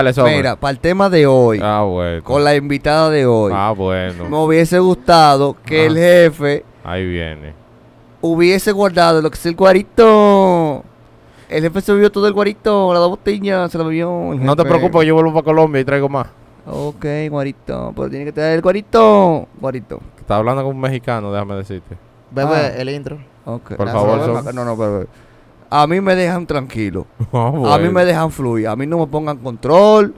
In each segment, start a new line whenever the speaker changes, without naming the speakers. Dale, sobre.
Mira, para el tema de hoy,
Ah, bueno.
con la invitada de hoy,
Ah, bueno.
me hubiese gustado que
Ah.
el jefe
Ahí viene.
hubiese guardado lo que es el guarito. El jefe se bebió todo el guarito, las dos botellas, se la bebió. el
No te
jefe.
preocupes, yo vuelvo para Colombia y traigo más.
Ok, guarito, pero tiene que traer el guarito. Guarito.
Estás hablando con un mexicano, déjame decirte.
Bebe
Ah.
el intro.
Ok.
Por
Ah,
favor,
no,
son-
No, no, pero... A mí me dejan tranquilo.
Ah,
A mí
bueno.
me dejan fluir. A mí no me pongan control.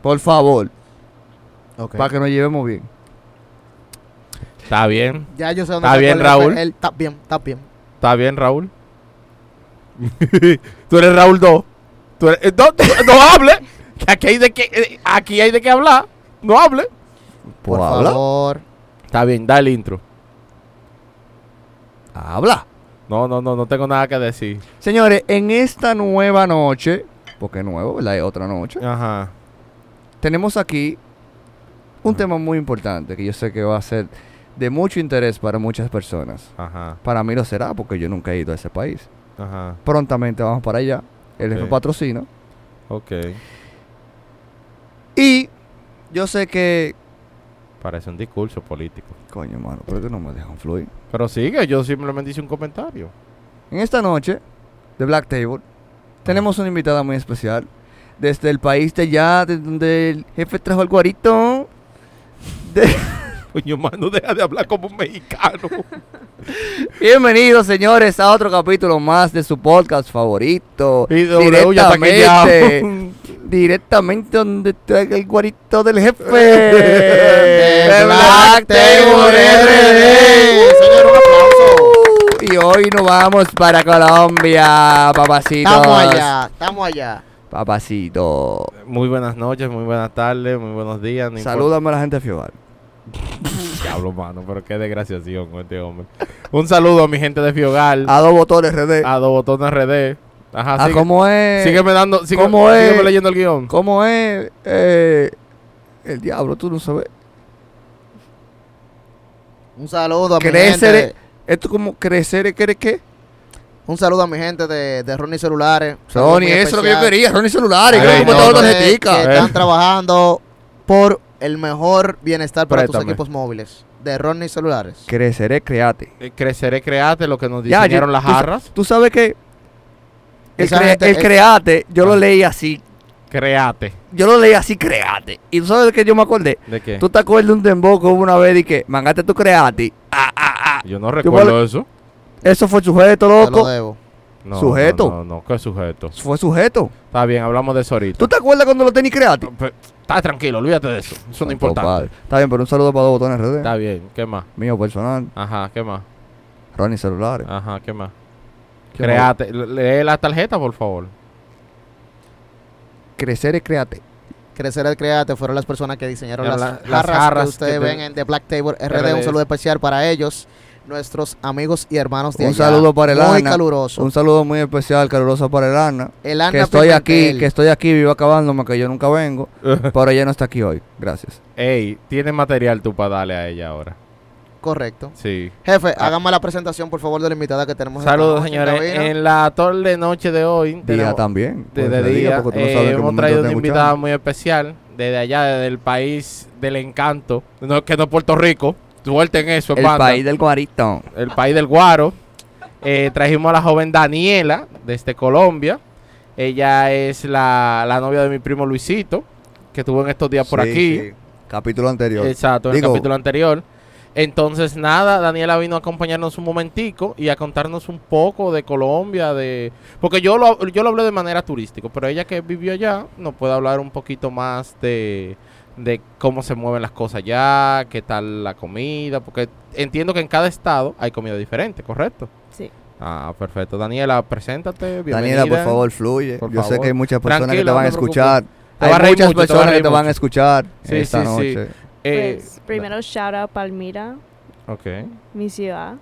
Por favor,
Ok.
para que nos llevemos bien.
Está bien.
Ya yo sé dónde
Está
sacó
bien,
el jefe.
Raúl.
Él está bien, está bien.
¿Está bien, Raúl? Tú eres Raúl 2. Tú eres- eh, no, tú- no hable. Que aquí hay de qué eh, aquí hay de qué hablar. No hable.
Por
Pues habla.
favor.
Está bien, da el intro.
Habla.
No, no, no, no tengo nada que decir.
Señores, en esta nueva noche, porque es nuevo, ¿verdad? Es otra noche.
Ajá.
Tenemos aquí un tema muy importante que yo sé que va a ser de mucho interés para muchas personas.
Ajá.
Para mí lo será, porque yo nunca he ido a ese país.
Ajá.
Prontamente vamos para allá. El jefe
Ok.
patrocina.
Ok.
Y yo sé que.
Parece un discurso político.
Coño, hermano, pero que no me dejan fluir.
Pero sigue, yo simplemente hice un comentario.
En esta noche de Black Table tenemos una invitada muy especial desde el país de allá, de donde el jefe trajo el guarito. De-
Coño, mano, deja de hablar como un mexicano.
Bienvenidos, señores, a otro capítulo más de su podcast favorito.
Y W ya está
directamente,
quillao.
directamente donde traiga el guarito del jefe.
De
de Black
Black Table
Table
RD.
RD.
Señor, un aplauso.
Uh. Y hoy nos vamos para Colombia, papacitos.
Estamos allá, estamos allá.
Papacito.
Muy buenas noches, muy buenas tardes, muy buenos días. no importa-
Salúdame a la gente de Fioval.
Diablo, mano, pero qué desgraciación con este hombre. Un saludo a mi gente de Fiogal, a,
A dos botones RD.
Do Botón RD. Ajá,
eh. Ah,
Ah, sigue-
¿cómo es?
sígueme dando, sigue-
¿cómo es?
sígueme leyendo el guión.
¿Cómo es? eh, el diablo, tú no sabes.
Un saludo a mi
Crecer.
gente.
Esto como crecer, ¿qué? qué?
Un saludo a mi gente de, de Ronnie Celulares.
Sony, eso es lo que yo quería. Sony celulares.
Ay,
creo que
no,
me todas
no,
las
Que
tarjeticas.
están trabajando por el mejor bienestar para tus
Préstame.
equipos móviles. De Ronnie Celulares.
Creceré, créate.
Eh, Creceré, create, lo que nos
Ya,
diseñaron
yo-
las
tú sa-
jarras.
Tú sabes que el,
Esa
cre-
gente
el
es-
create, yo lo
Ah.
leí así.
Create.
Yo lo leí así, create. Y tú sabes que yo me acordé.
¿De qué?
¿Tú te acuerdas de un dembow que hubo una vez y que mangaste tu create? Ah, ah, ah.
Yo no recuerdo eso.
Eso fue sujeto,
Te lo
loco.
debo.
No,
Sujeto.
No, no, no, ¿qué sujeto?
Fue sujeto.
Está bien, hablamos de eso ahorita.
¿Tú te acuerdas cuando lo tenis create?
Pe- Está tranquilo, olvídate de eso. Eso no
Santo
importante.
padre. Está bien, pero un saludo para dos botones RD.
Está bien, ¿qué más?
Mío personal,
Ajá, ¿qué más?
Ronnie celulares.
Ajá, ¿qué más?
¿Qué
Create. Le- Lee la tarjeta, por favor.
Crecer es create.
Crecer el Create fueron las personas que diseñaron
Ya,
las,
la-
jarras
las jarras
que ustedes
que te-
ven en The Black Table RD.
RD.
Un saludo especial para ellos, nuestros amigos y hermanos de
Un
allá.
saludo para
Muy
Elana.
caluroso.
Un saludo muy especial, caluroso para Elana.
Elana
Que estoy aquí,
Pimentel.
que estoy aquí, vivo acabándome, que yo nunca vengo. pero ella no está aquí hoy. Gracias.
Ey, tienes material tú para darle a ella ahora.
Correcto.
Sí.
Jefe,
Ah.
hágame la presentación, por favor, de la invitada que tenemos. esta
Saludos,
noche en
señores.
cabina.
En la torre noche de hoy,
Día
tenemos-
también.
de,
puede
de
ser
día,
porque tú no
eh,
sabes en qué
hemos
momento
traído
te
una
escuchan.
invitada muy especial desde allá, desde el país del encanto, no, que no es Puerto Rico. Suerte en eso,
El
hermano.
país del guarito.
el país del guaro. Eh, trajimos a la joven Daniela desde Colombia. Ella es la, la novia de mi primo Luisito, que estuvo en estos días por
Sí,
aquí.
sí. Capítulo anterior.
Exacto, en
Digo-
el capítulo anterior. Entonces, nada, Daniela vino a acompañarnos un momentico y a contarnos un poco de Colombia, de... Porque yo lo, yo lo hablé de manera turística, pero ella que vivió allá nos puede hablar un poquito más de, de cómo se mueven las cosas allá, qué tal la comida, porque entiendo que en cada estado hay comida diferente, ¿correcto?
Sí.
Ah, perfecto. Daniela, preséntate,
Daniela, por
bienvenida.
favor, fluye.
Por
yo sé
favor.
que hay muchas personas que te
Tranquila,
van a
no te preocupes.
escuchar.
Te
hay
va a reír
muchas
mucho, te va a
personas que
reír
te van a
mucho.
escuchar
Sí,
esta
sí, sí.
noche.
Eh,
Pues, primero, shout out Palmira,
Ok,
mi ciudad.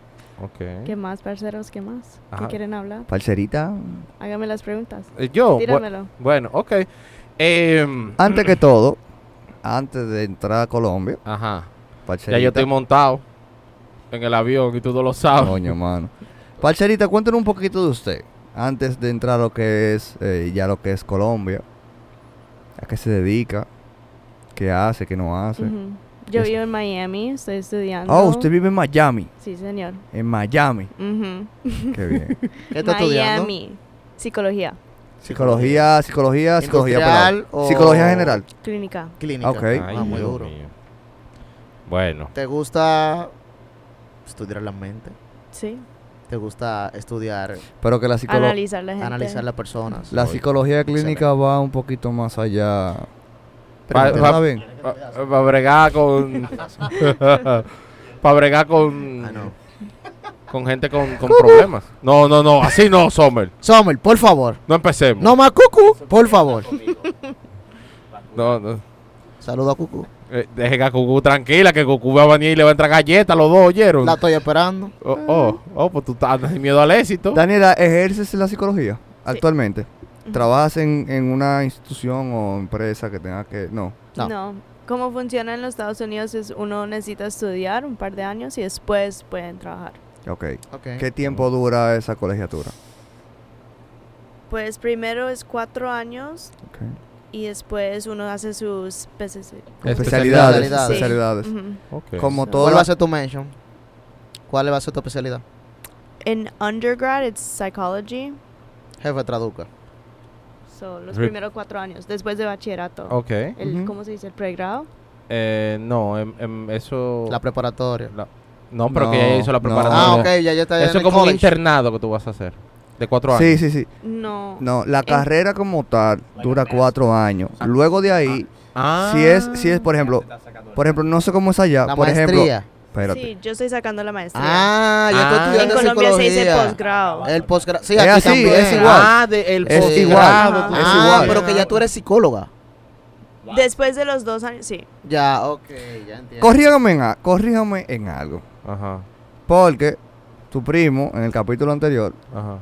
ok.
¿Qué más, parceros? ¿Qué más?
Ajá.
¿Qué quieren hablar?
Parcerita,
Háganme las preguntas.
Eh, Yo, bu-
Tíramelo.
bueno, ok. Em,
antes que todo, antes de entrar a Colombia,
Ajá.
parcerita.
Ya yo estoy montado en el avión y tú no lo sabes.
Coño, mano. Parcerita, cuéntanos un poquito de usted. Antes de entrar a lo que es, eh, ya lo que es Colombia. qué se dedica, qué hace, qué no hace.
Ujú. Yo
Es-
vivo en Miami, estoy estudiando.
Oh, usted vive en Miami,
Sí, señor.
en Miami.
Ujú.
Qué bien.
¿Qué está estudiando?
Miami. Psicología
psicología, psicología, psicología,
Industrial
pelado.
o-
psicología general.
clínica.
Clínica.
Ok.
Ay,
Ah, muy
Dios
duro.
mío. Bueno,
¿Te gusta estudiar la mente?
Sí.
¿Te gusta estudiar,
Pero que la psicología
Analizar la gente.
analizar las personas?
La
Soy.
psicología clínica va un poquito más allá.
Va-
Pero
va-
está bien.
para bregar con. para bregar con.
Ah, no.
Con gente con, con problemas. No, no, no. Así no, Sommer.
Sommer, por favor.
No empecemos.
No más Cucu, por favor.
No, no.
Saludo a Cucu.
Eh, dejen a Cucú tranquila, que Cucú va a venir y le va a entrar galletas a los dos, ¿oyeron?
La estoy esperando.
Oh, oh, oh, pues tú estás sin miedo al éxito.
Daniela, ¿ejerces la psicología actualmente? ¿Trabajas en, en una institución o empresa que tenga que...? No.
No.
No. Cómo funciona en los Estados Unidos es uno necesita estudiar un par de años y después pueden trabajar.
Ok.
Ok.
¿Qué tiempo dura esa colegiatura?
Pues primero es cuatro años
Ok.
y después uno hace sus PCC.
Especialidades.
Especialidades.
Sí.
Especialidades.
Ujú.
Ok.
Como
Sí.
¿Cuál va a
todas...
ser tu mention? ¿Cuál va a ser tu especialidad?
En undergrad it's psychology,
Jefe, traduzca.
so los
Re-
primeros cuatro años, después de bachillerato.
Ok.
El,
Oh. Ujú.
¿Cómo se dice? El pregrado.
Eh, no, em- em, eso.
Oh.
La preparatoria.
la- no, pero
No,
que ella hizo la
no.
preparatoria.
Ah, ok, ya, ya está.
Eso es
en el
como un
college.
internado que tú vas a hacer. De cuatro años.
Sí, sí, sí.
No.
No, la carrera como tal dura cuatro años. Luego de ahí,
Ah.
si es, si es, por ejemplo, por ejemplo, no sé cómo es allá.
La
por ejemplo,
maestría.
espérate.
Sí, yo estoy sacando la maestría.
Ah, ya
Ah.
estoy
en
estudiando
Colombia se dice
psicología.
posgrado.
El posgrado. Sí,
Es
aquí
así,
también.
es igual.
Ah, de el
Es
posgrado,
igual,
tú-
es
ah,
Ah,
igual.
pero que ya tú eres psicóloga.
Después de los dos años, sí.
Ya, ok, ya entiendo.
Corrígame en, a- corríjame en algo.
Ajá,
Porque tu primo, en el capítulo anterior,
ajá.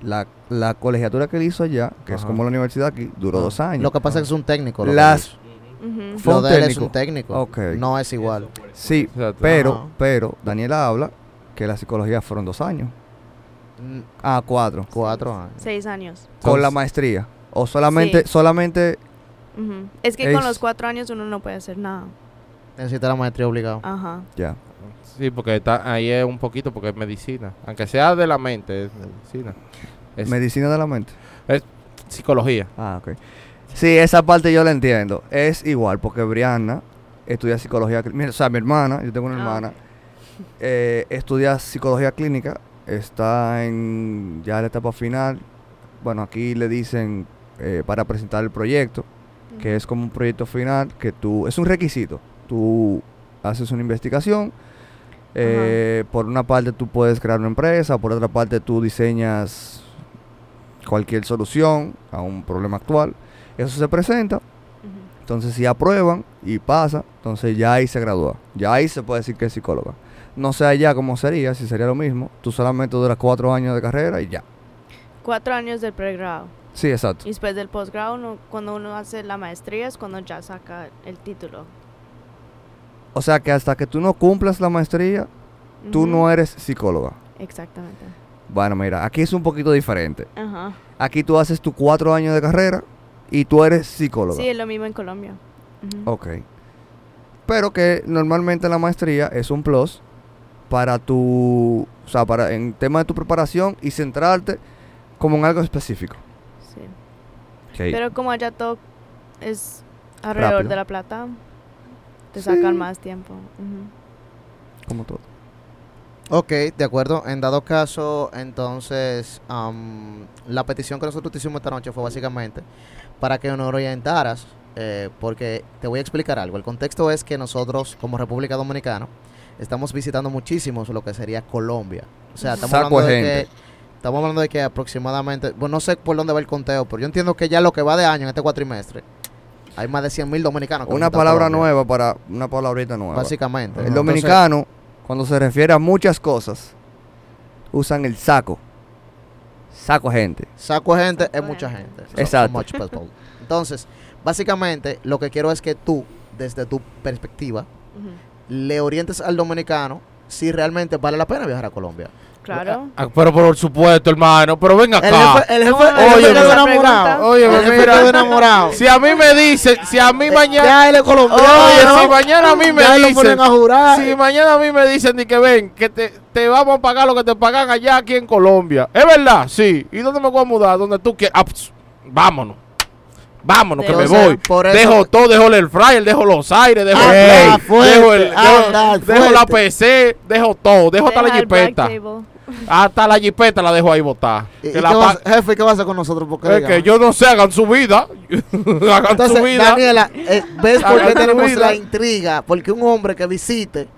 la, la colegiatura que él hizo allá, que es
Ajá.
como la universidad aquí, duró dos años.
Ah. Lo que pasa es que es un técnico. lo que
Las-
dice.
Ujú.
Fue
Lo
un
de él es
técnico.
un técnico.
Ok.
No es igual.
Sí,
Exacto.
pero,
Ajá.
pero, Daniela habla que la psicología fueron dos años.
Mm,
Ah, cuatro.
Cuatro años.
Seis años.
Con la maestría. O solamente,
Sí.
solamente,
Ujú. Es que
Es-
con los cuatro años uno no puede hacer nada.
Necesita la maestría obligado.
Ajá.
ya.
Sí, porque está, ahí es un poquito, porque es medicina. Aunque sea de la mente, es medicina. Es
Medicina de la mente.
psicología.
Ah, ok. Sí, esa parte yo la entiendo. Es igual, porque Brianna estudia psicología clínica. O sea, mi hermana, yo tengo una
Ah,
hermana, eh, estudia psicología clínica, está en ya la etapa final. Bueno, aquí le dicen eh, para presentar el proyecto, que es como un proyecto final, que tú, es un requisito. Tú haces una investigación. eh, por una parte tú puedes crear una empresa, por otra parte tú diseñas cualquier solución a un problema actual. Eso se presenta,
Ujú.
entonces si aprueban y pasa, entonces ya ahí se gradúa. Ya ahí se puede decir que es psicóloga. No sé allá cómo sería, si sería lo mismo. Tú solamente duras cuatro años de carrera y ya.
Cuatro años del pregrado.
Sí, exacto.
Y después del posgrado, uno- cuando uno hace la maestría es cuando ya saca el título.
O sea que hasta que tú no cumplas la maestría, tú
Ujú.
no eres psicóloga.
Exactamente.
Bueno, mira, aquí es un poquito diferente.
Ajá.
Aquí tú haces tus cuatro años de carrera y tú eres psicóloga.
Sí, es lo mismo en Colombia. Ujú.
Ok. Pero que normalmente la maestría es un plus para tu, o sea, para en tema de tu preparación y centrarte como en algo específico.
Sí. Pero como allá todo es alrededor
Rápido.
de la plata, te
Sí.
sacan más tiempo. Ujú.
Como todo.
Ok, de acuerdo. En dado caso, entonces, am, la petición que nosotros te hicimos esta noche fue básicamente para que nos orientaras, eh, porque te voy a explicar algo. El contexto es que nosotros, como República Dominicana, estamos visitando muchísimos lo que sería Colombia. O sea, estamos
Saco de
hablando de
gente.
que... Estamos hablando de que aproximadamente, bueno, no sé por dónde va el conteo, pero yo entiendo que ya lo que va de año, en este cuatrimestre, hay más de 100 mil dominicanos. Ah, que
Una
visitan
palabra
Colombia,
nueva para una palabrita nueva.
Básicamente.
El
Entonces,
dominicano, cuando se refiere a muchas cosas, usan el saco. Saco gente.
Saco de gente
Saco
es
de
mucha gente.
gente.
So- so
Exacto.
much people. Entonces, básicamente, lo que quiero es que tú, desde tu perspectiva,
Ujú.
le orientes al dominicano si realmente vale la pena viajar a Colombia.
claro.
Ah, pero por supuesto, hermano, pero ven
El
acá.
jefe, el jefe,
Ah,
el jefe
oye,
quedó
pero-
enamorado.
Oye,
El
pero
jefe
mira.
quedó enamorado.
Si a mí me dicen, si a mí mañana...
Ya él es colombiano. Oh,
Oye,
¿no?
si mañana a mí me
ya lo
dicen...
ponen a jurar.
Si mañana a mí me dicen ni que ven, que te, te vamos a pagar lo que te pagan allá aquí en Colombia. ¿Es verdad? Sí. ¿Y dónde me voy a mudar? Donde tú quieras. Ah, ps, vámonos. Vámonos, que me
Entonces,
voy.
por eso-
dejo todo, dejo el air fryer, dejo los aires, dejo
Anda
el play,
fuerte,
dejo, el- dejo-
anda
dejo la
fuerte.
PC, dejo todo, dejo hasta la
Deja el black
jipeta.
table.
Hasta la jipeta la dejo ahí botada.
¿Y- y
Que
qué
la
va a
pa-
hacer- jefe, ¿qué va a hacer con nosotros? Porque,
es
dígame.
que yo no sé, hagan su vida. hagan su
Entonces,
vida.
Daniela, eh, ¿ves por
Hagan
qué
su
tenemos
vida.
la intriga? Porque un hombre que visite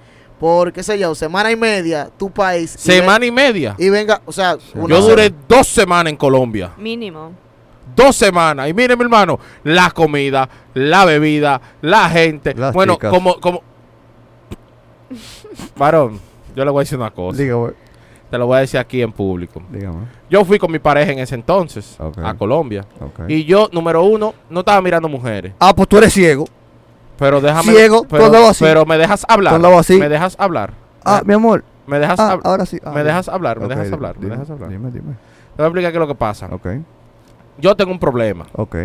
por, qué sé yo, semana y media tu país. y ve-
Semana y media.
Y, venga, o sea, una
Yo
semana.
duré dos semanas en Colombia.
Mínimo.
dos semanas. Y mire, mi hermano, la comida, la bebida, la gente.
Las
bueno,
chicas.
como, como. Varón, yo le voy a decir una cosa.
Dígame,
Te lo voy a decir aquí en público.
dígame.
Yo fui con mi pareja en ese entonces
Ok.
a Colombia.
ok.
Y yo, número uno, no estaba mirando mujeres.
Ah, pues tú eres ciego.
Pero déjame.
Ciego, tú
pero,
andabas así.
pero me dejas hablar.
Tú andabas así.
Me dejas hablar.
Ah, mi amor.
Me dejas
Ah,
hab-
ahora sí. Ah,
Me
bien.
dejas hablar, me
Ok,
dejas hablar, me
dime,
dejas hablar. Ah.
Dime, dime.
Te voy a explicar qué es lo que pasa.
Ok,
Yo tengo un problema.
ok.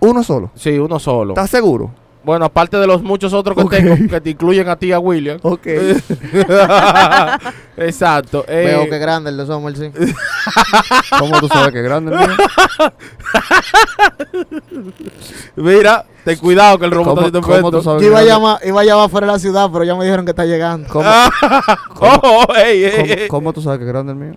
Uno solo.
Sí, uno solo.
¿Estás seguro?
Bueno, aparte de los muchos otros que
Ok.
tengo, que te incluyen a ti y a William.
Ok.
Exacto. eh,
Veo que grande el de Sommer, sí.
¿Cómo tú sabes que es grande el mío?
Mira, ten cuidado que el robot
¿Cómo-
está haciendo
cómo
efecto.
tú sabes
Yo iba a
que es grande?
llamar, iba a llamar fuera de la ciudad, pero ya me dijeron que está llegando.
Ah, Oh, oh, ey, ey,
¿Cómo,
ey.
cómo tú sabes que es grande el mío?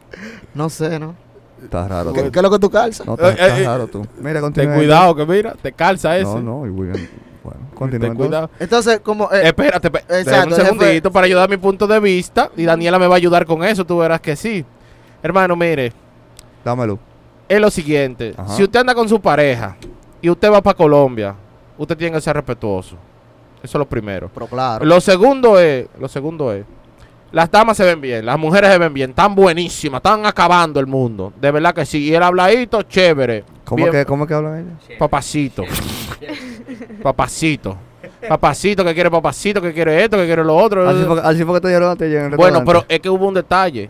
No sé, ¿no?
Estás raro
¿Qué,
tú.
qué es lo que tú calzas?
No, estás,
Eh, eh,
estás
eh.
raro tú. Mira, continúa.
Ten cuidado que mira, te calza ese.
No, no, y William. Bueno, continúa.
Ten
entonces.
cuidado.
Entonces, como. eh,
Espérate, pe-
exacto,
dame un
jefe.
segundito para yo dar mi punto de vista y Daniela me va a ayudar con eso, tú verás que sí. Hermano, mire,
Dámelo.
es lo siguiente,
Ajá.
si usted anda con su pareja y usted va para Colombia, usted tiene que ser respetuoso. Eso es lo primero.
pero claro.
Lo segundo es, lo segundo es, las damas se ven bien, las mujeres se ven bien, están buenísimas, están acabando el mundo. De verdad que sí. Y el habladito, chévere.
¿Cómo
Bien,
que, ¿Cómo que hablan ellos?
Papacito. papacito. Papacito que quiere papacito, que quiere esto, que quiere lo otro.
Así fue, así fue que te dieron antes de llegar al
Bueno, pero
restaurante.
es que hubo un detalle.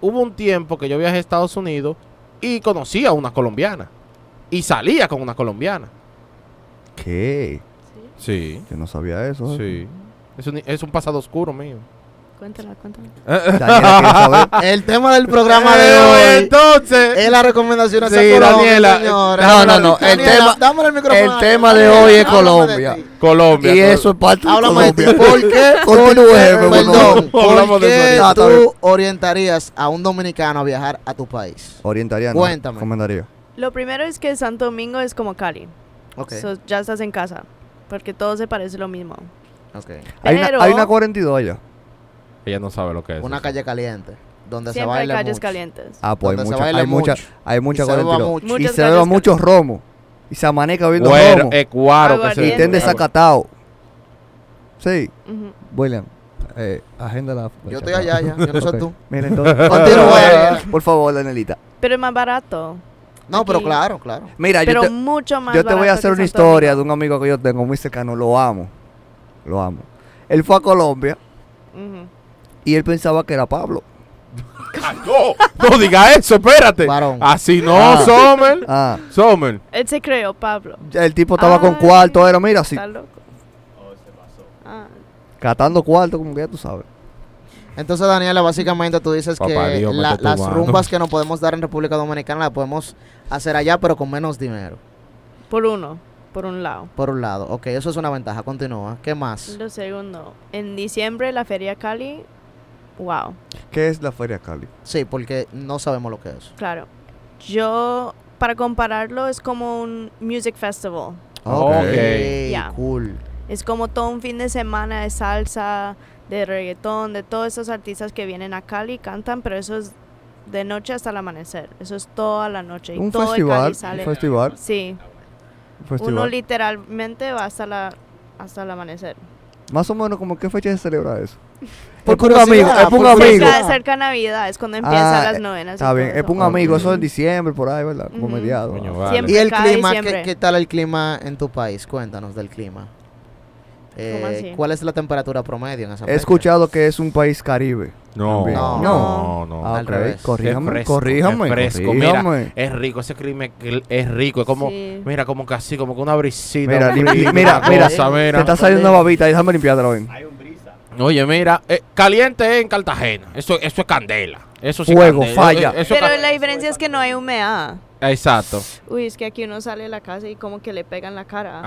Hubo un tiempo que yo viajé a Estados Unidos y conocí a una colombiana. Y salía con una colombiana.
¿Qué?
Sí,
Sí.
Yo no sabía eso. ¿eh?
Sí. Es un, es un pasado oscuro mío.
cuéntala, cuéntala.
Daniela quiere saber.
El tema del programa de
Eh,
hoy
Entonces,
es la recomendación hacia
Sí,
Colombia,
Daniela.
señores.
No, no, no, el
Daniela,
tema-
dámele el micrófono
el
a-
tema de
Daniela,
hoy es
háblame de
Colombia.
ti.
Colombia.
Y eso es parte de
Háblame de ti.
Colombia.
¿Por qué?
Continúe,
por qué-
jefe, por
Perdón.
favor. Hablamos
¿Por
de eso
qué
ahorita. Ah, está bien.
tú orientarías a un dominicano a viajar a tu país?
Orientaría, no.
Cuéntame.
Recomendaría.
Lo primero es que Santo Domingo es como Cali.
Ok,
So, ya estás en casa. Porque todo se parece lo mismo.
ok.
Hay una,
Pero-
hay una 42 allá.
Ella no sabe lo que es.
Una
eso.
calle caliente, donde se
Siempre hay
baila
calles
mucho.
calientes.
Ah, pues hay
Donde se
mucha,
baila
hay mucha,
mucho.
hay mucha
Y se beba
42.
mucho.
Y
Muchas
se beba
calles
mucho romo. Y se amaneca bebiendo
Cuero,
romo.
es cuaro que se
Aguardiente.
y
dice.
estén
entiende
desacatados. Sí,
Ujú.
William. Eh, agenda la.
Yo estoy allá ya, yo no soy
Ok.
tú.
Mira, entonces.
Continúa.
Por favor, Danielita.
Pero es más barato.
No, pero
Aquí.
claro, claro.
Mira, Ah, yo
Pero
te,
mucho más
yo te voy a
barato
hacer
que
una
Santo Domingo.
historia de un amigo que yo tengo muy cercano. Lo amo. Lo amo. Él fue a Colombia
Ujú.
y él pensaba que era Pablo.
No, no diga eso, espérate.
Varón.
Así no,
Ah.
Sommer.
Ah,
Sommer.
Él se creó, Pablo.
ya el tipo estaba con
Ay,
cuarto. Era, mira, así.
Está loco. Ah,
Catando cuarto, como que ya tú sabes.
Entonces, Daniela, básicamente tú dices
Papá
que
Dios,
la-
mete tu
las
mano.
rumbas que nos podemos dar en República Dominicana las podemos hacer allá, pero con menos dinero.
por uno, por un lado.
Por un lado, ok, eso es una ventaja. Continúa. ¿Qué más?
Lo segundo, en diciembre la Feria Cali, wow,
¿Qué es la Feria Cali?
Sí, porque no sabemos lo que es.
claro. Yo, para compararlo, es como un music festival.
Ok.
Ya.
Cool.
Es como todo un fin de semana de salsa, de reggaetón, de todos esos artistas que vienen a Cali y cantan, pero eso es de noche hasta el amanecer. Eso es toda la noche. Y
Un
todo el
festival.
Cali
Un
sale.
festival.
Sí,
Un
uno
festival.
literalmente va hasta, la, hasta el amanecer.
Más o menos, como qué fecha se celebra eso?
Por
Es un amigo,
curiosidad,
es un
por
amigo. Ah,
Cerca, cerca de Navidad es cuando empiezan las novenas. y
Está
todo
bien, es
eso.
para un amigo, eso es en
Ok.
diciembre por ahí, ¿verdad? Como
Ujú.
mediados.
Coño,
Ah.
vale.
Siempre.
¿Y el
Cada
clima? ¿Qué,
diciembre.
qué tal el clima en tu país? Cuéntanos del clima. Eh,
así?
¿Cuál es la temperatura promedio en esa
He escuchado que es un país caribe.
No,
No.
no, no.
Ah,
Al
ok.
revés.
Corríjame,
Es fresco,
corríjame,
es fresco. Mira,
corríjame.
Es rico, ese clima es cl- es rico. Es como,
Sí.
mira, como que así, como que una brisita.
Mira,
un
li-
clima,
mira,
una
mira,
cosa,
Te está saliendo una babita, déjame limpiártela hoy.
Oye, mira, eh, caliente es en Cartagena. Eso, eso es candela. Eso sí
Fuego,
candela.
falla.
Eh, eso
Pero
ca-
la diferencia es que no hay humedad.
Exacto.
Uy, es que aquí uno sale de la casa y como que le pegan la cara.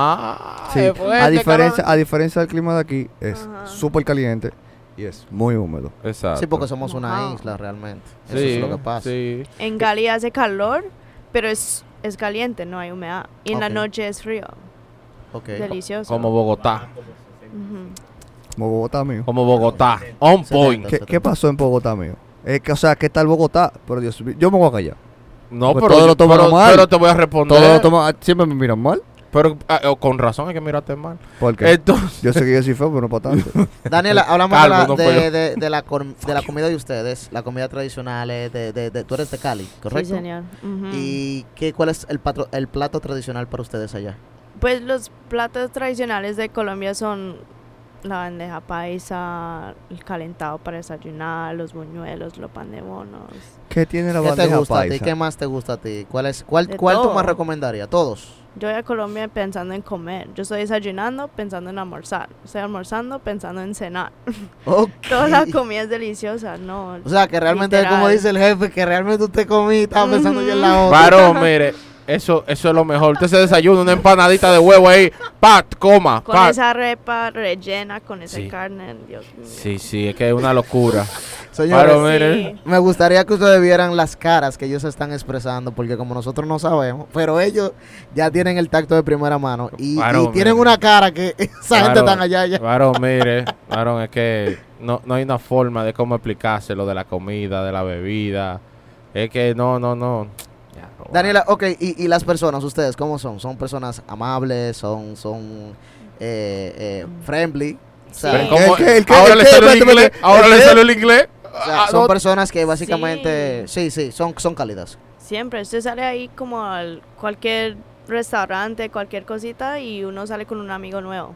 Ah,
Sí,
eh, fuerte,
a, diferencia,
cabrón.
a diferencia del clima de aquí, es
Ajá.
súper caliente y es muy húmedo.
Exacto.
Sí, porque somos una
Wow.
isla realmente.
Sí,
Eso es lo que pasa.
sí.
En Cali hace calor, pero es, es caliente, no hay humedad. Y en la
Ok.
noche es frío.
Ok.
Delicioso.
Como Bogotá.
Ujú.
Como Bogotá, mío.
Como Bogotá. On point.
¿Qué, qué pasó en Bogotá, mío? Es que, o sea, ¿qué tal Bogotá? Pero Dios mío, yo me voy a callar.
No, pero,
Porque Pues todo
yo-
lo toman
pero-
mal.
pero te voy a responder.
Todo lo toma, ah, siempre me miran mal. Eh,
Pero ah, eh, con razón hay que mirarte mal.
Porque
Entonces,
yo sé que yo soy feo, pero no para tanto.
Daniela, hablamos de
Calvo,
la,
no
de,
feo.
de- de la com- de la comida de ustedes, la comida tradicional, eh, de, de- de- tú eres de Cali, ¿correcto?
Sí, señor. Mm. Ujú.
¿Y qué, cuál es el, patro- el plato tradicional para ustedes allá?
Pues los platos tradicionales de Colombia son la bandeja paisa, el calentado para desayunar, los buñuelos, los pan de bonos.
¿Qué tiene la
¿Qué te
bandeja
gusta a ti?
paisa?
¿Qué más te gusta a ti? ¿Cuál, es, cuál,
De
cuál tú
todo.
más recomendarías? Todos.
Yo voy a Colombia pensando en comer. Yo estoy desayunando pensando en almorzar. Estoy almorzando pensando en cenar. Toda la comida es deliciosa, no.
O sea, que realmente, como
Literal.
dice el jefe, que realmente usted comí, estaba pensando yo en la otra.
varón, mire, eso, eso es lo mejor. Usted se desayuna una empanadita de huevo ahí. Pat, coma,
Con
pat.
esa repa rellena, con esa
Sí.
carne, Dios mío.
Sí, sí, es que es una locura.
Señores,
Varón,
Sí.
mire.
Me gustaría que ustedes vieran las caras que ellos están expresando, porque como nosotros no sabemos, pero ellos ya tienen el tacto de primera mano y, y
Varón,
tienen
mire.
una cara que esa gente
Varón,
tan allá ya.
Varón, mire, varón, es que no, no hay una forma de cómo explicarse lo de la comida, de la bebida. Es que no, no, no. Ya, no,
Daniela, ok, y, y las personas, ustedes, ¿cómo son? ¿Son personas amables? ¿Son, son eh, eh, friendly? O sea,
Pero
Sí.
¿cómo?
¿El qué? ¿El qué?
Ahora
¿El
le
qué?
salió el
Espérate,
inglés.
espérate. ¿Eh?
Ahora
¿El
le
qué?
salió el inglés.
o sea,
Ah,
son
no.
personas que básicamente, sí, sí, son, son cálidas.
Siempre, usted sale ahí como al cualquier restaurante, cualquier cosita y uno sale con un amigo nuevo.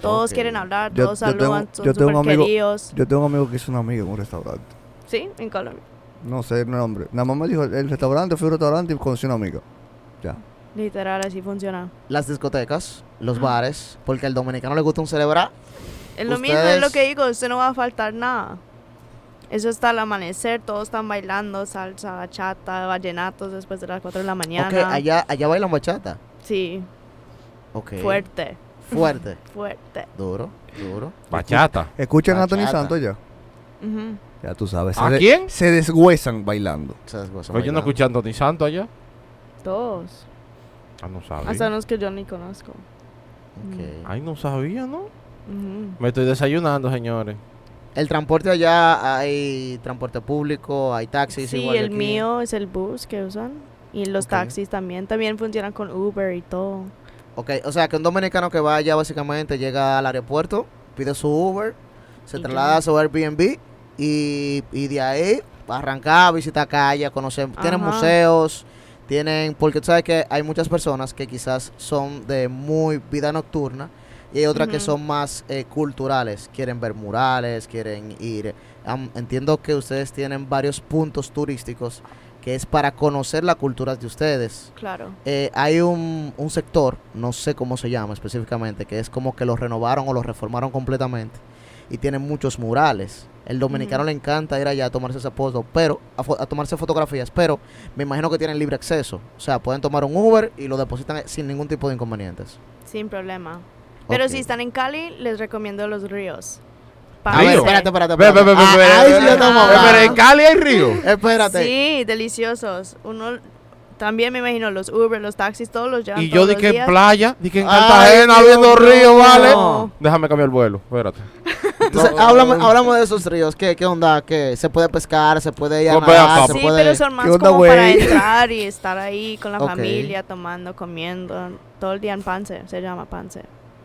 Todos
Ok.
quieren hablar,
Yo-
todos
yo tengo-
saludan,
yo
son
tengo un
súper
amigo-
queridos.
Yo tengo un amigo que es un amigo en un restaurante.
Sí, en Colombia.
No sé el nombre. Nada más me dijo el restaurante, fui a un restaurante y conocí a un amigo.
Literal, así funciona.
Las discotecas, los
Ah.
bares, porque al dominicano le gusta un celebrar.
Es lo mismo, es lo
Ustedes-
que digo, usted no va a faltar nada. Eso está al amanecer, todos están bailando salsa, bachata, vallenatos después de las 4 de la mañana.
Ok, allá, allá bailan bachata.
Sí,
Ok.
fuerte,
Fuerte.
fuerte.
Duro, duro.
Bachata.
Escuchan a Anthony
Bachata.
Santos ya.
Ujú.
Ya tú sabes.
¿A
se de-
quién?
Se deshuesan bailando.
Esas cosas
Pero Pues yo no
bailando.
escuchando ni santo allá.
Todos.
Ah, no sabía.
Hasta los que yo ni conozco.
Ok.
Ay, no sabía, ¿no?
Ujú.
Me estoy desayunando, señores.
El transporte allá hay transporte público, hay taxis.
Sí,
igual que
el
aquí.
mío es el bus que usan. Y los
Ok.
taxis también. También funcionan con Uber y todo.
Ok, o sea que un dominicano que va allá básicamente llega al aeropuerto, pide su Uber, se
Y
traslada a su Airbnb y, y de ahí va a arrancar, visita calle, a conocer. Tienen
Ajá.
museos, tienen. Porque tú sabes que hay muchas personas que quizás son de muy vida nocturna y hay otras que
Ujú.
son más eh, culturales. Quieren ver murales, quieren ir. am- entiendo que ustedes tienen varios puntos turísticos que es para conocer las culturas de ustedes
Claro.
eh, hay un, un sector, no sé cómo se llama específicamente, que es como que lo renovaron o lo reformaron completamente y tiene muchos murales. El dominicano
Ujú.
le encanta ir allá a tomarse esa foto, pero a, fo- a tomarse fotografías, pero me imagino que tienen libre acceso, o sea, pueden tomar un Uber y lo depositan eh, sin ningún tipo de inconvenientes.
Sin problema. Pero
Ok.
si están en Cali, les recomiendo los ríos.
A
Río.
ver,
Pásense.
espérate, espérate,
Ve, ve, ve,
espérate.
ve, ve,
Ah, ahí sí
ve,
ya
ve.
estamos
Ve, Pero
hablando.
en Cali hay río.
Espérate.
Sí, deliciosos. Uno también me imagino los Uber, los taxis, todos los llevan
Y yo
todos
di
los
que en
días.
playa, di que en
Ay,
Cartagena,
Dios
viendo
mío.
río, ¿vale?
No.
Déjame cambiar el vuelo, espérate.
Entonces,
No.
hablamos, hablamos de esos ríos. ¿Qué, qué onda? ¿Qué? ¿Se puede pescar? ¿Se puede ir a
Pues ve
nadar?
acá.
¿Se
Sí,
puede...
pero son más
onda,
como para
güey?
entrar y estar ahí con la
Ok.
familia, tomando, comiendo. Todo el día en Pance, se llama Pance.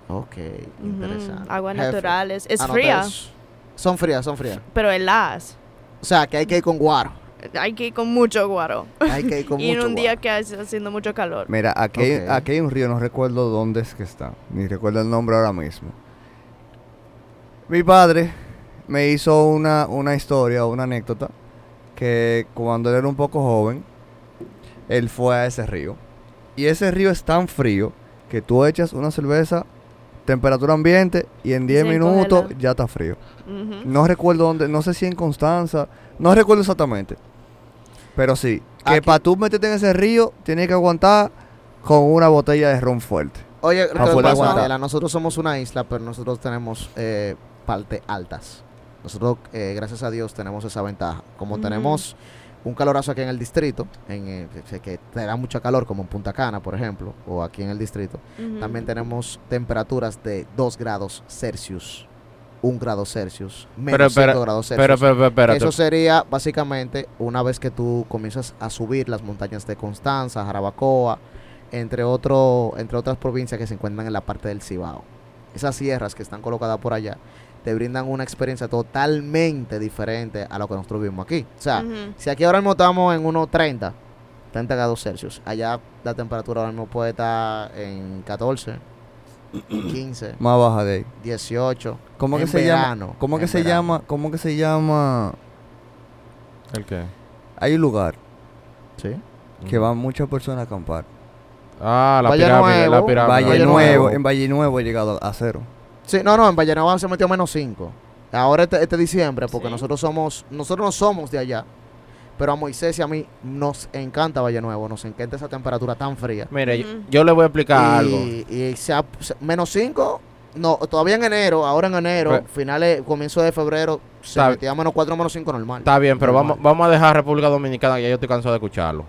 Ok,
Ujú.
interesante.
Aguas
Jefe. Ah,
naturales. Es
Anoté
fría,
eso. Son frías, son frías.
pero heladas.
O sea, que hay que ir con guaro.
Hay que ir con mucho guaro.
Hay que ir con
y en
mucho
un día
guaro.
que hace haciendo mucho calor.
Mira, aquí, hay-
Ok.
aquí hay un río, no recuerdo dónde es que está, ni recuerdo el nombre ahora mismo. Mi padre me hizo una, una historia, una anécdota, que cuando él era un poco joven, él fue a ese río. Y ese río es tan frío que tú echas una cerveza, temperatura ambiente, y en 10
Se
minutos
congela.
ya está frío.
Ujú.
No recuerdo dónde, no sé si en Constanza, no recuerdo exactamente. Pero sí, que
Aquí-
para tú meterte en ese río, tienes que aguantar con una botella de ron fuerte.
Oye,
Ah,
Ricardo
fuera
Paz,
aguanta.
Adela, nosotros somos una isla, pero nosotros tenemos eh, parte altas. Nosotros, eh, gracias a Dios, tenemos esa ventaja. Como
Ujú.
tenemos un calorazo aquí en el distrito, en, eh, que- que te da mucha calor, como en Punta Cana, por ejemplo, o aquí en el distrito,
Ujú.
también tenemos temperaturas de 2 grados Celsius, 1 grado Celsius,
Pero,
menos
pero,
5 grados Celsius.
Pero, pero, pero, espérate.
Eso sería básicamente una vez que tú comienzas a subir las montañas de Constanza, Jarabacoa, entre, otro, entre otras provincias que se encuentran en la parte del Cibao. Esas sierras que están colocadas por allá te brindan una experiencia totalmente diferente a lo que nosotros vivimos aquí. O sea,
Ujú.
si aquí ahora mismo estamos en unos 30, 30 grados Celsius, allá la temperatura ahora mismo puede estar en 14, 15,
Más baja de ahí.
18.
¿Cómo que
en
se
verano,
llama? ¿Cómo que
en
se
verano.
llama? ¿Cómo que se llama?
¿El qué?
Hay un lugar
Sí.
que van muchas personas a acampar.
Ah, la
Valle
pirámide, la
Nuevo,
pirámide.
Valle,
Valle
Nuevo,
Nuevo.
en Valle Nuevo he llegado a cero.
Sí, no, no, en Vallenava se metió menos 5. Ahora este, este diciembre, porque
Sí.
nosotros somos, nosotros no somos de allá. Pero a Moisés y a mí nos encanta Valle Nuevo, nos encanta esa temperatura tan fría.
Mire, yo-
Ujú.
yo le voy a explicar
y,
algo.
y se ha- se- menos 5, no, todavía en enero, ahora en enero,
Pero-
finales, comienzo de febrero, se
Sabe-
metía menos 4, menos 5 normal.
Está bien, pero
Normal.
vamos, vamos a dejar República Dominicana, que ya yo estoy cansado de escucharlo.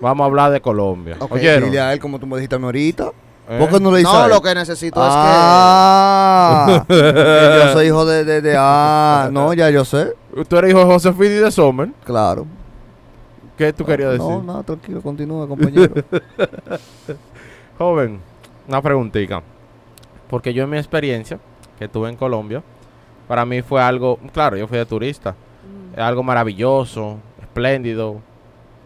Vamos a hablar de Colombia.
Ok,
¿Oyeron?
Dile a él como tú me dijiste a mí ahorita.
¿Eh?
¿Por qué no le dices a
No,
él?
lo que necesito
ah, que yo soy hijo de, de, de- ah, no, ya yo sé,
Tú eres hijo de José Fidi de Sommer.
claro.
¿Qué tú querías decir?
No, no, tranquilo, continúa, compañero.
Joven, una preguntita. Porque yo en mi experiencia que tuve en Colombia, para mí fue algo, claro, yo fui de turista,
Ujú.
algo maravilloso, espléndido.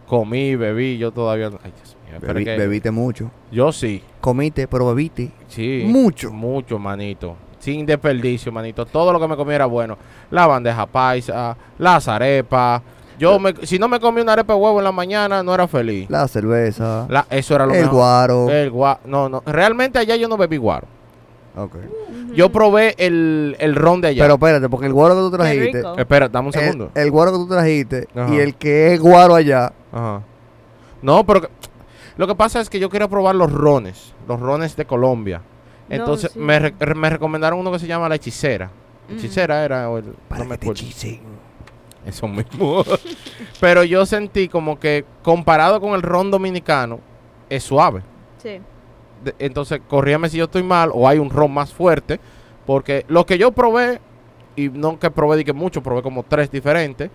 Comí, bebí, yo todavía... Ay, Dios mío, espera
Bebi-
que-
bebiste mucho.
Yo sí,
Comiste, pero bebiste
sí.
mucho.
Mucho, manito. Sin desperdicio, manito. Todo lo que me comí era bueno. La bandeja paisa, las arepas. Yo, me, si no me comí una arepa de huevo en la mañana, no era feliz.
La cerveza,
La- eso era lo
el
mejor. Eh,
guaro.
El guaro. No, no. Realmente allá yo no bebí guaro.
Ok.
Yo probé el, el ron de allá.
Pero eh, espérate, porque el guaro que tú trajiste,
rico.
Espera, dame un
el,
segundo.
el guaro que tú trajiste
Ajá.
y el que es guaro allá,
Ajá. No, pero... que- Lo que pasa es que yo quería probar los rones. Los rones de Colombia.
No,
Entonces
sí.
me, re- me recomendaron uno que se llama La Hechicera.
Ujú.
Hechicera era... o el-
para
no me
que te
acuerdo. Mm.
hechicen.
Eso mismo. Pero yo sentí como que comparado con el ron dominicano, es suave.
Sí.
De- entonces, corríame si yo estoy mal o hay un ron más fuerte. Porque lo que yo probé, y no que probé de que mucho, probé como tres diferentes.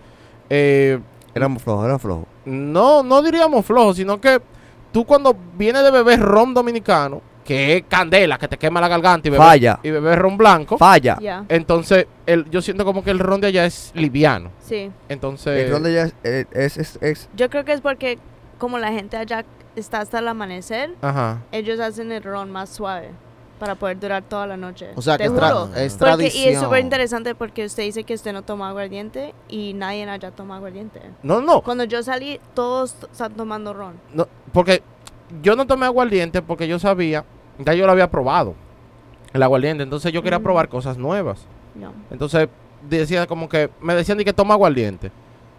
eh,
Éramos flojos, era flojo.
no, no diríamos flojo, sino que tú cuando vienes de beber ron dominicano, que es candela, que te quema la garganta y beber,
Falla.
y beber ron blanco,
Falla.
Ya.
entonces el, yo siento como que el ron de allá es liviano.
Sí.
Entonces...
El ron de allá es, eh, es, es, es-
Yo creo que es porque como la gente allá está hasta el amanecer,
Ajá.
ellos hacen el ron más suave para poder durar toda la noche.
O sea,
Te
que es, tra-
juro.
es
Porque-
tradición.
y es súper interesante porque usted dice que usted no toma aguardiente y nadie allá toma aguardiente.
No, no,
Cuando yo salí, todos t- están tomando ron.
No, porque yo no tomé aguardiente porque yo sabía, ya yo lo había probado, el aguardiente. Entonces yo quería
Ujú.
probar cosas nuevas.
No.
Entonces decía como que, me decían de que toma aguardiente.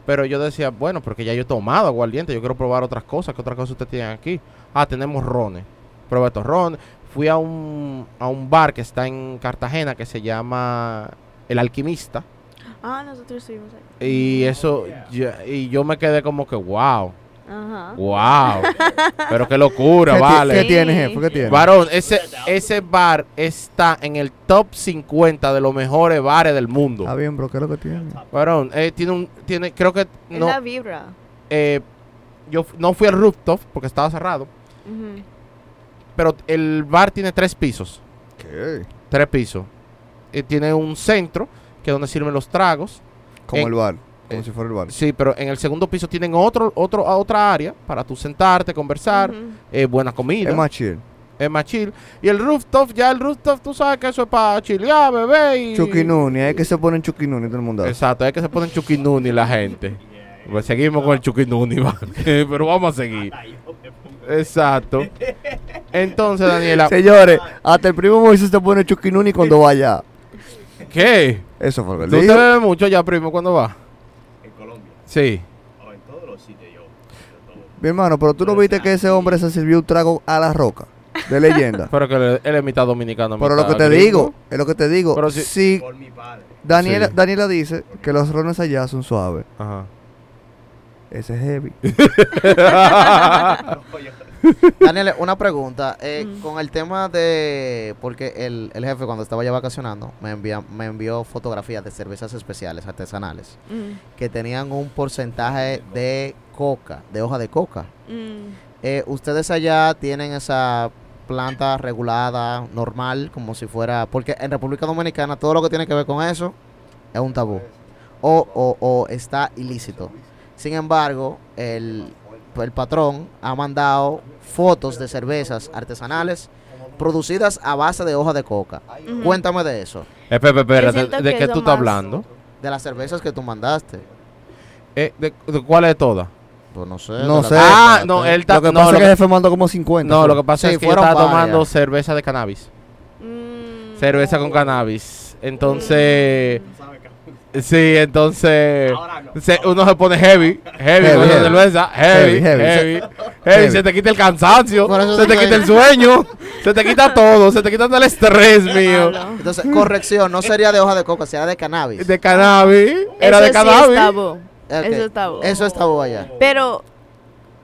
Pero yo decía, bueno, porque ya yo he tomado aguardiente, yo quiero probar otras cosas, que otras cosas ustedes tienen aquí? Ah, tenemos rones. Prueba estos rones. Fui a un, a un bar que está en Cartagena que se llama El Alquimista.
Ah, nosotros estuvimos ahí.
Y eso, ya- y yo me quedé como que, wow,
Uh,
Ajá.
wow. pero qué locura,
¿Qué, ti-
vale.
¿Qué
Sí.
tiene, jefe? ¿Qué tiene?
Varón, ese, ese bar está en el top 50 de los mejores bares del mundo.
Está bien, bro, ¿qué es lo que tiene?
Varón, eh, tiene un, tiene, creo que
Es
no,
la vibra.
eh, yo f- no fui al rooftop porque estaba cerrado,
Ujú.
pero el bar tiene tres pisos,
¿Qué?
tres pisos. Eh, tiene un centro que es donde sirven los tragos.
Como
Eh,
el bar, como
eh,
si fuera el bar.
Sí, pero en el segundo piso tienen otro, otro, otra área para tú sentarte, conversar,
Ujú.
eh, buena comida.
Es más chill.
es más chill. Y el rooftop, ya el rooftop, tú sabes que eso es para chilear, bebé. Y...
Chuquinuni, ahí que se ponen chuquinuni todo el mundo.
Exacto, es que se ponen chuquinuni la gente. Pues seguimos con el chuquinuni, va, pero vamos a seguir. Exacto. Entonces, Daniela,
Señores, hasta el primo Moisés se pone chuquinuni cuando vaya.
¿qué?
Eso fue lo
¿Tú
que
te
él dijo.
bebes mucho ya, primo, cuando va?
en Colombia
Sí.
o en todos los sitios yo.
Mi hermano, pero tú no viste que ese hombre se sirvió un trago a la roca. De leyenda.
Pero que él- él es mitad dominicano.
pero lo que
mitad
te
gringo.
digo, es lo que te digo.
Pero si-
si
Por mi padre.
Daniela,
Sí.
Daniela dice que los rones allá son suaves.
Ajá.
Ese es heavy.
No, yo-
Daniel, una pregunta. eh,
Mm.
Con el tema de. Porque el, el jefe, cuando estaba ya vacacionando, me, envía, me envió fotografías de cervezas especiales, artesanales,
Mm,
que tenían un porcentaje de coca, de hoja de coca.
mm.
Eh, ¿Ustedes allá tienen esa planta regulada, normal, como si fuera...? Porque en República Dominicana todo lo que tiene que ver con eso es un tabú. O, o, o está ilícito. Sin embargo, el, el patrón ha mandado fotos de cervezas artesanales producidas a base de hoja de coca.
Ujú.
Cuéntame de eso,
Espera, espera,
Yo
espera,
siento
¿de, de
que
qué
eso
tú estás
más-
hablando?
de las cervezas que tú mandaste.
Eh, de, de cuál es toda?
Pues no sé.
No
de
sé.
las que
Ah,
mandaste.
no, él
Lo
está.
que
No, lo
pasa es que
que-
el jefe mandó como 50.
no, lo que pasa
Sí,
es que yo
fueron
estaba
varias.
tomando cerveza de cannabis.
Mm.
Cerveza con cannabis. Entonces. Sí, entonces.
Ahora no.
se- uno se pone heavy. Heavy,
Heavy,
con la
heavy.
cerveza. Heavy,
Heavy,
heavy.
heavy.
Heavy,
Heavy.
Se te quita el cansancio.
Por eso
Se te
digo,
quita el sueño. se te quita todo. Se te quita todo el estrés mío.
Malo.
Entonces, corrección, no sería de hoja de coca, sería de cannabis.
De cannabis. Era
Eso
de
sí es
cannabis.
tabú.
Ok.
Eso es tabú.
Eso es tabú allá.
Pero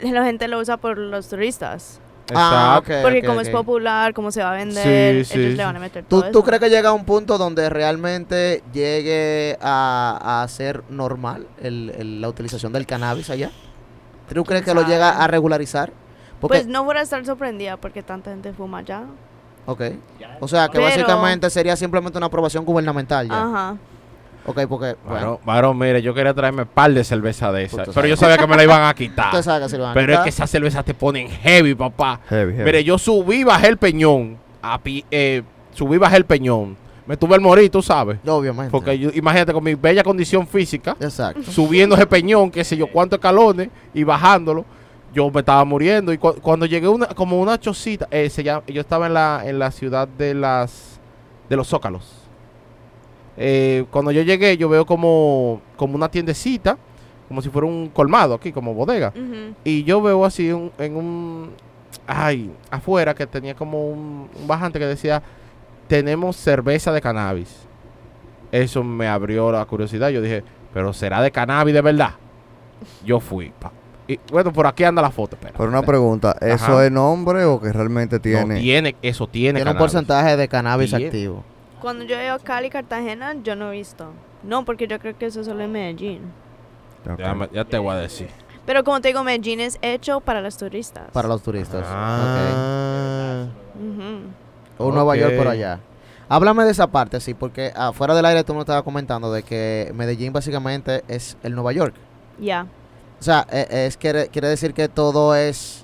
la gente lo usa por los turistas.
Ah,
Exacto.
ok,
Porque
ok,
como
ok.
es popular, como se va a vender,
Sí, sí,
ellos
sí.
le van a meter
¿Tú,
todo
tú
eso.
crees que llega a un punto donde realmente llegue a, a ser normal el- el- la utilización del cannabis allá? ¿Tú crees que lo
sabe?
llega a regularizar? Porque,
Pues no voy a estar sorprendida porque tanta gente fuma allá.
ok. O sea, que
Pero-
básicamente sería simplemente una aprobación gubernamental ya.
Ajá.
Ok, porque... Bueno,
Varón, varón, mire, yo quería traerme un par de cerveza de esas.
Pues tú
Pero yo sabía
sabes.
que me la iban a quitar.
usted sabe que se lo van a
Ah, Pero es
quitar.
que esas cervezas te ponen heavy, papá.
Heavy, heavy.
Mire, yo subí, bajé el peñón. A pi- eh, subí, bajé el peñón. Me tuve el morir, tú sabes.
Obviamente.
Porque yo- imagínate, con mi bella condición física,
Exacto.
subiendo ese peñón, qué sé yo, cuántos escalones, y bajándolo, yo me estaba muriendo. Y cu- cuando llegué una, como una chocita, eh, se llama- yo estaba en la, en la ciudad de las de los Zócalos. Eh, cuando yo llegué, yo veo como, como una tiendecita, como si fuera un colmado aquí, como bodega.
Ujú.
Y yo veo así un- en un. Ay, afuera que tenía como un, un bajante que decía: Tenemos cerveza de cannabis. Eso me abrió la curiosidad. Yo dije: ¿Pero será de cannabis de verdad? Yo fui. pa. Y bueno, por aquí anda la foto. Pero,
Pero una pregunta, ¿eso
Ajá.
es nombre o que realmente tiene?
No, tiene, eso tiene.
Tiene un
cannabis.
porcentaje de cannabis
Bien.
activo.
Cuando yo he ido a Cali, Cartagena, yo no he visto. No, porque yo creo que eso solo es Medellín.
Ok.
Déjame- ya te voy a decir.
Pero como te digo, Medellín es hecho para los turistas.
Para los turistas. Ok.
Ah.
Ujú.
O Nueva York por
Ok.
allá. Háblame de esa parte, sí, porque afuera del aire tú nos estabas comentando de que Medellín básicamente es el Nueva York.
Ya.
O sea, e- es, quiere, quiere decir que todo es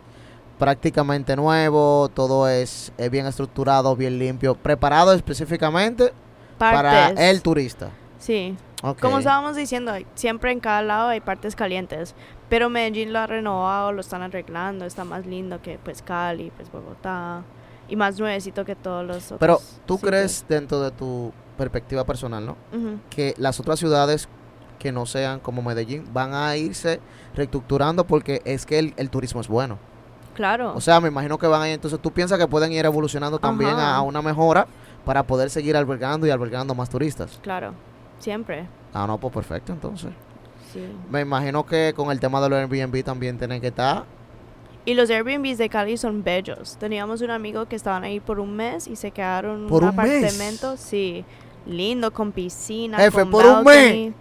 prácticamente nuevo, todo es, eh, bien estructurado, bien limpio, preparado específicamente para
Partes.
el turista.
Sí.
Ok.
Como estábamos diciendo, siempre en cada lado hay partes calientes, pero Medellín lo ha renovado, lo están arreglando, está más lindo que pues Cali, pues Bogotá y más nuevecito que todos los otros.
Pero tú
sitios.
crees dentro de tu perspectiva personal, ¿no?
Ujú.
que las otras ciudades que no sean como Medellín van a irse reestructurando porque es que el, el turismo es bueno.
Claro.
O sea, me imagino que van a ir, entonces tú piensas que pueden ir evolucionando también a,
Ajá.
a una mejora para poder seguir albergando y albergando más turistas.
claro. Siempre.
Ah, no, pues perfecto, entonces.
Sí.
Me imagino que con el tema de los Airbnb también tienen que estar.
Y los Airbnbs de Cali son bellos. Teníamos un amigo que estaban ahí por un mes y se quedaron en
¿Por
un
un mes?
apartamento, sí, lindo con piscina,
Jefe,
con
por un Ah.
balcony.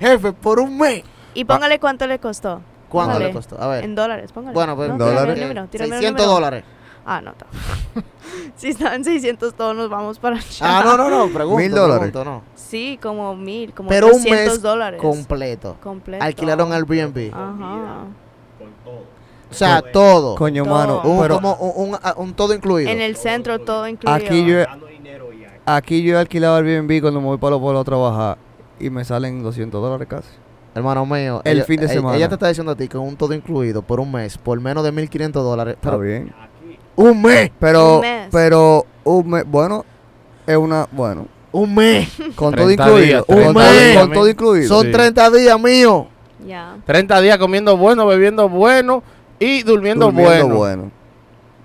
Jefe, por un mes.
Y póngale cuánto le costó
¿Cuánto
Vale.
le costó? A ver.
en dólares, póngale.
Bueno, pues,
No,
¿en dólares?
tírame el número, tírame el
600
número.
dólares.
Ah, no. ta- si están en 600 todos nos vamos para allá.
Ah, no, no, no, pregunto.
Mil dólares.
pregunto, no.
Sí, como mil, como
Pero un
800
mes
dólares.
Completo.
completo.
Alquilaron Airbnb.
Ajá.
Con todo.
O sea, todo.
Coño,
Todo.
mano.
Uh,
Un,
Pero
como un, un- un todo incluido.
En el centro todo incluido.
aquí yo, he-
Dando dinero y aquí.
aquí yo he alquilado Airbnb cuando me voy para los pueblos a trabajar y me salen 200 dólares casi.
Hermano mío.
El
ella-
fin de
ella-
semana.
Ella te está diciendo a ti que un todo incluido por un mes, por menos de 1.500 dólares.
Está
Pero,
bien.
aquí.
¡Un mes!
Pero,
Un mes.
pero, un mes- bueno, es una, bueno,
¡Un mes!
con todo
30
incluido.
días,
con
30
todo-
días.
Con todo incluido.
Son
Sí.
30 días, mío.
Ya.
30 días comiendo bueno, bebiendo bueno y durmiendo,
Durmiendo
bueno.
bueno.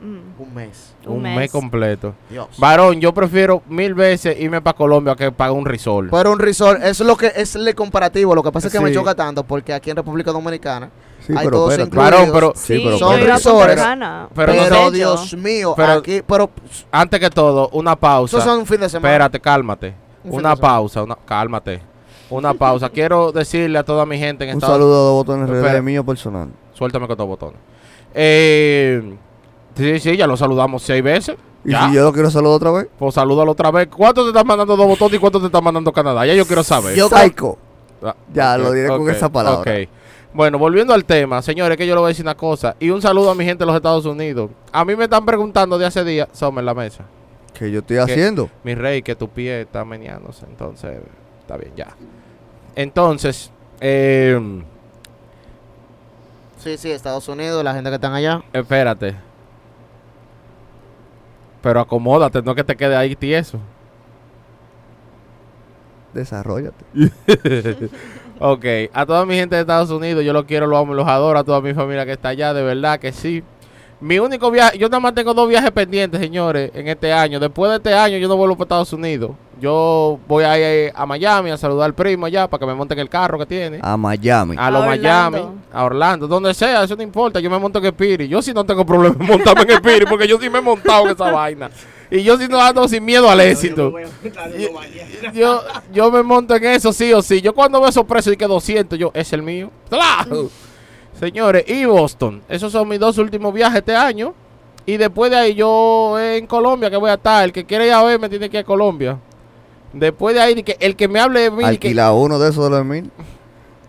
Mm,
Un mes.
Un, mes.
completo.
Dios.
Varón, yo prefiero mil veces irme para Colombia que pagar un risol.
Pero un resort, es lo que es el comparativo. Lo que pasa es que me
Sí.
choca tanto porque aquí en República Dominicana
Sí,
Hay
pero
todos
espérate.
incluidos.
Varón, pero
Sí, pero
yo
son
iba a Punta
resorts.
Cana.
Pero
Pero,
no sé-
Dios mío,
Pero-
aquí, pero
antes que todo, una pausa.
eso son un fin de semana.
Espérate, cálmate.
Un fin
Una
de semana.
pausa, una, cálmate. Una pausa. Quiero decirle a toda mi gente en
Un
Estados
saludo de botones
Espera.
redes mío personal.
Suéltame con dos botones. Eh, sí, sí, ya lo saludamos seis veces.
Y
Ya.
si yo lo quiero saludar otra vez,
Pues salúdalo otra vez. ¿Cuánto te están mandando dos botones y cuánto te están mandando Canadá? Ya yo quiero saber.
Yo-
Psycho.
Ah,
Ya, lo diré con
ok,
esa palabra.
ok. Bueno, volviendo al tema, señores, que yo le voy a decir una cosa. Y un saludo a mi gente de los Estados Unidos. A mí me están preguntando de hace días, Sommer, la mesa.
que yo estoy haciendo.
Mi rey, que tu pie está meneándose. Entonces, está bien, ya. Entonces, eh,
Sí, sí, Estados Unidos, la gente que están allá.
espérate. Pero acomódate, no que te quede ahí tieso.
Desarrollate.
Ok, a toda mi gente de Estados Unidos, yo los quiero, los amo, y los adoro, a toda mi familia que está allá, de verdad que sí. Mi único viaje, yo nada más tengo dos viajes pendientes, señores, en este año. Después de este año yo no vuelvo para Estados Unidos. Yo voy a ir a Miami a saludar al primo allá para que me monten el carro que tiene.
A Miami.
A los
A Orlando.
Miami, a Orlando, donde sea, eso no importa. Yo me monto en Spirit. Yo sí no tengo problema en montarme en Spirit porque yo sí me he montado en esa vaina. Y yo sí no ando sin miedo al
Yo me
éxito.
voy a juntar uno mañana.
Yo, yo me monto en eso sí o sí. Yo cuando veo esos precios y que 200, yo, es el mío. ¡Claro! Señores, y Boston. Esos son mis dos últimos viajes este año. Y después de ahí yo eh, en Colombia que voy a estar. El que quiere ir a ver me tiene que ir a Colombia. Después de ahí, de que el que me hable de mí... de que-
Alquila uno de esos de los mil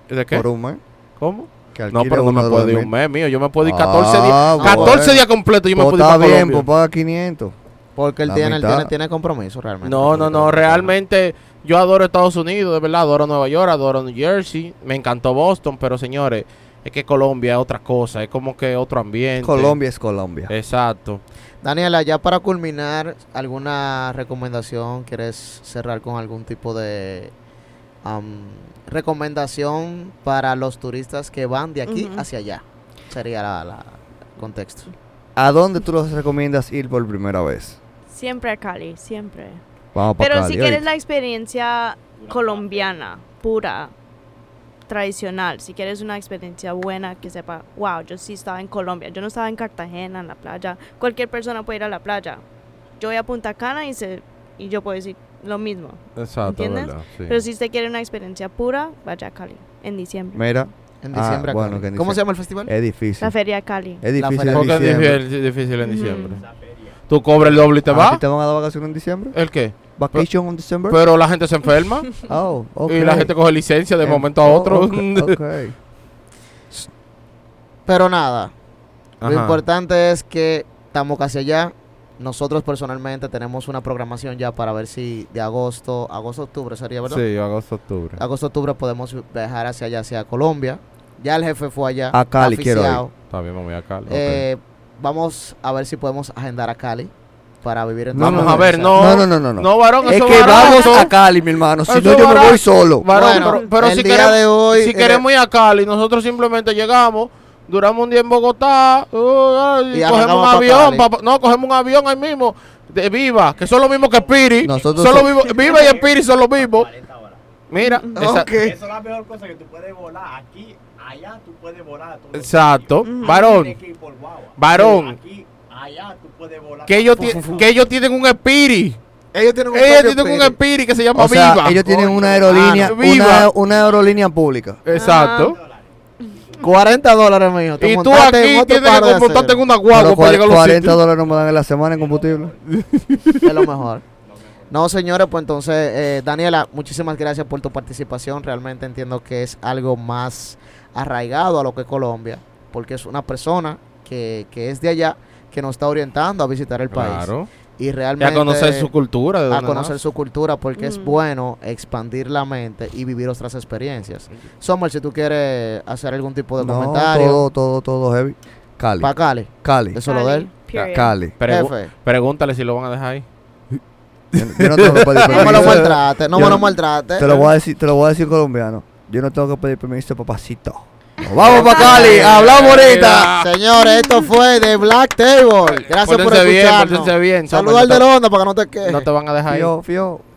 ¿De qué?
por un mes.
¿Cómo?
Que
No,
alquile
pero no
uno
me
de los
puedo ir
mil.
un mes mío. Yo me puedo ir
Ah,
14 días.
bueno.
14 días completos yo me
Pues
puedo ir para
está bien,
Colombia.
pues paga 500.
Porque él
La
tiene, él
mitad.
tiene, tiene compromiso
pues,
realmente.
No, no, no. Realmente yo adoro Estados Unidos, de verdad. Adoro Nueva York, adoro New Jersey. Me encantó Boston, pero señores, es que Colombia es otra cosa. Es como que otro ambiente.
Colombia es Colombia.
Eh. Exacto.
Daniela, ya para culminar, ¿alguna recomendación? ¿Quieres cerrar con algún tipo de am, recomendación para los turistas que van de aquí
Ujú.
hacia allá? Sería la, la contexto.
¿A dónde tú los recomiendas ir por primera vez?
Siempre a Cali, siempre.
Vamos para
Pero
Cali.
si
oye.
quieres la experiencia colombiana, pura, tradicional, si quieres una experiencia buena que sepa, wow, yo sí estaba en Colombia, yo no estaba en Cartagena, en la playa, cualquier persona puede ir a la playa. Yo voy a Punta Cana y, se, y yo puedo decir lo mismo.
Exacto,
¿Entiendes?
verdad.
Pero si usted quiere una experiencia pura, vaya a Cali en diciembre.
Mira,
En
Ah,
diciembre. acá.
bueno, que en
¿Cómo
diciembre. Eh.
se llama el festival?
es difícil.
La feria de Cali.
Es
La
difícil
feria.
en
Porque es
diciembre.
difícil, difícil en
Ujú.
diciembre.
Esa feria.
Tú cobras el doble y te
Ah,
vas. Eh,
¿sí ¿Te van a dar vacaciones en diciembre?
¿El qué?
¿Vacation en diciembre?
Pero la gente se enferma
Oh, ok.
y la gente coge licencia de
Em,
momento a
oh,
otro.
ok, ok.
Pero nada, Lo
Ajá.
importante es que estamos casi allá. Nosotros personalmente tenemos una programación ya para ver si de agosto, agosto, octubre sería, ¿verdad?
Sí, agosto, octubre.
Agosto, octubre podemos viajar hacia allá, hacia Colombia. Ya el jefe fue allá.
A Cali quiero ir.
aficiado.
También me voy a Cali.
Eh, Vamos a ver si podemos agendar a Cali para vivir en
No,
Vamos
no,
a
no,
ver,
esa-
no.
No, no, no, no. no.
No, varón,
es
eso
que
barato.
vamos a Cali, mi hermano. Si
Eso
no, yo me
barato.
voy solo.
Varón,
Bueno,
pero, pero
el
si,
día
queremos,
de hoy,
si
eh,
queremos ir a Cali, nosotros simplemente llegamos, duramos un día en Bogotá, uh, ay,
Y
y cogemos un
arrancamos pa'
avión,
Cali.
pa- no, cogemos un avión ahí mismo, de Viva, que son los mismos que Spiri,
Nosotros
son los
so-
mismos- Viva y Spiri son los mismos,
40 horas.
mira, esa-
Ok.
Esa es la mejor cosa que tú puedes volar. Aquí, allá tú puedes volar. a todos los
exacto,
Ujú.
varón,
Tienes que ir por guagua.
Varón.
Aquí, allá tú puedes volar.
que ellos, ti- que ellos tienen un Spiri,
Ellos tienen un
ellos
propio
tienen un
espíritu.
Spiri que se llama
O sea,
Viva,
ellos tienen
Coño,
una aerolínea,
mano. Viva.
una, una aerolínea pública.
exacto,
Ajá.
40 dólares, mijo. Te
y tú
montaste en
aquí
otro
tienes que
paro de
comportarte en
acero.
una
Pero
guagua para
cuar-
llegar a los
40
sitios.
dólares nos dan en la semana en combustible.
Es lo mejor. No, señores, pues entonces, eh, Daniela, muchísimas gracias por tu participación. Realmente entiendo que es algo más arraigado a lo que es Colombia. porque es una persona que, que es de allá que nos está orientando a visitar el país.
Claro.
Y
Y
realmente
a conocer su cultura. de
a
dónde
conocer
nace.
su cultura porque es
Mm.
bueno expandir la mente y vivir otras experiencias. Sommer, si tú quieres hacer algún tipo de
No,
comentario,
todo, todo, todo heavy. Cali.
para Cali,
Cali.
eso lo de él.
Period.
Cali.
Pregu-
Jefe,
pregúntale si lo van a dejar ahí.
Yo no- yo no tengo que pedir
no me lo
permiso.
maltrate, no
Yo-
me lo maltrate.
Te lo voy a decir, te lo voy a decir colombiano. Yo no tengo que pedir permiso, papacito. Nos vamos para Cali, hablamos ahorita.
Señores, esto fue de Black Table. Gracias por
Pórtense bien,
escucharnos.
pórtense bien.
Saluda al
Sommer,
de
no
onda para que no te
te-
quejes.
No te van a dejar ahí.
Fío, fío.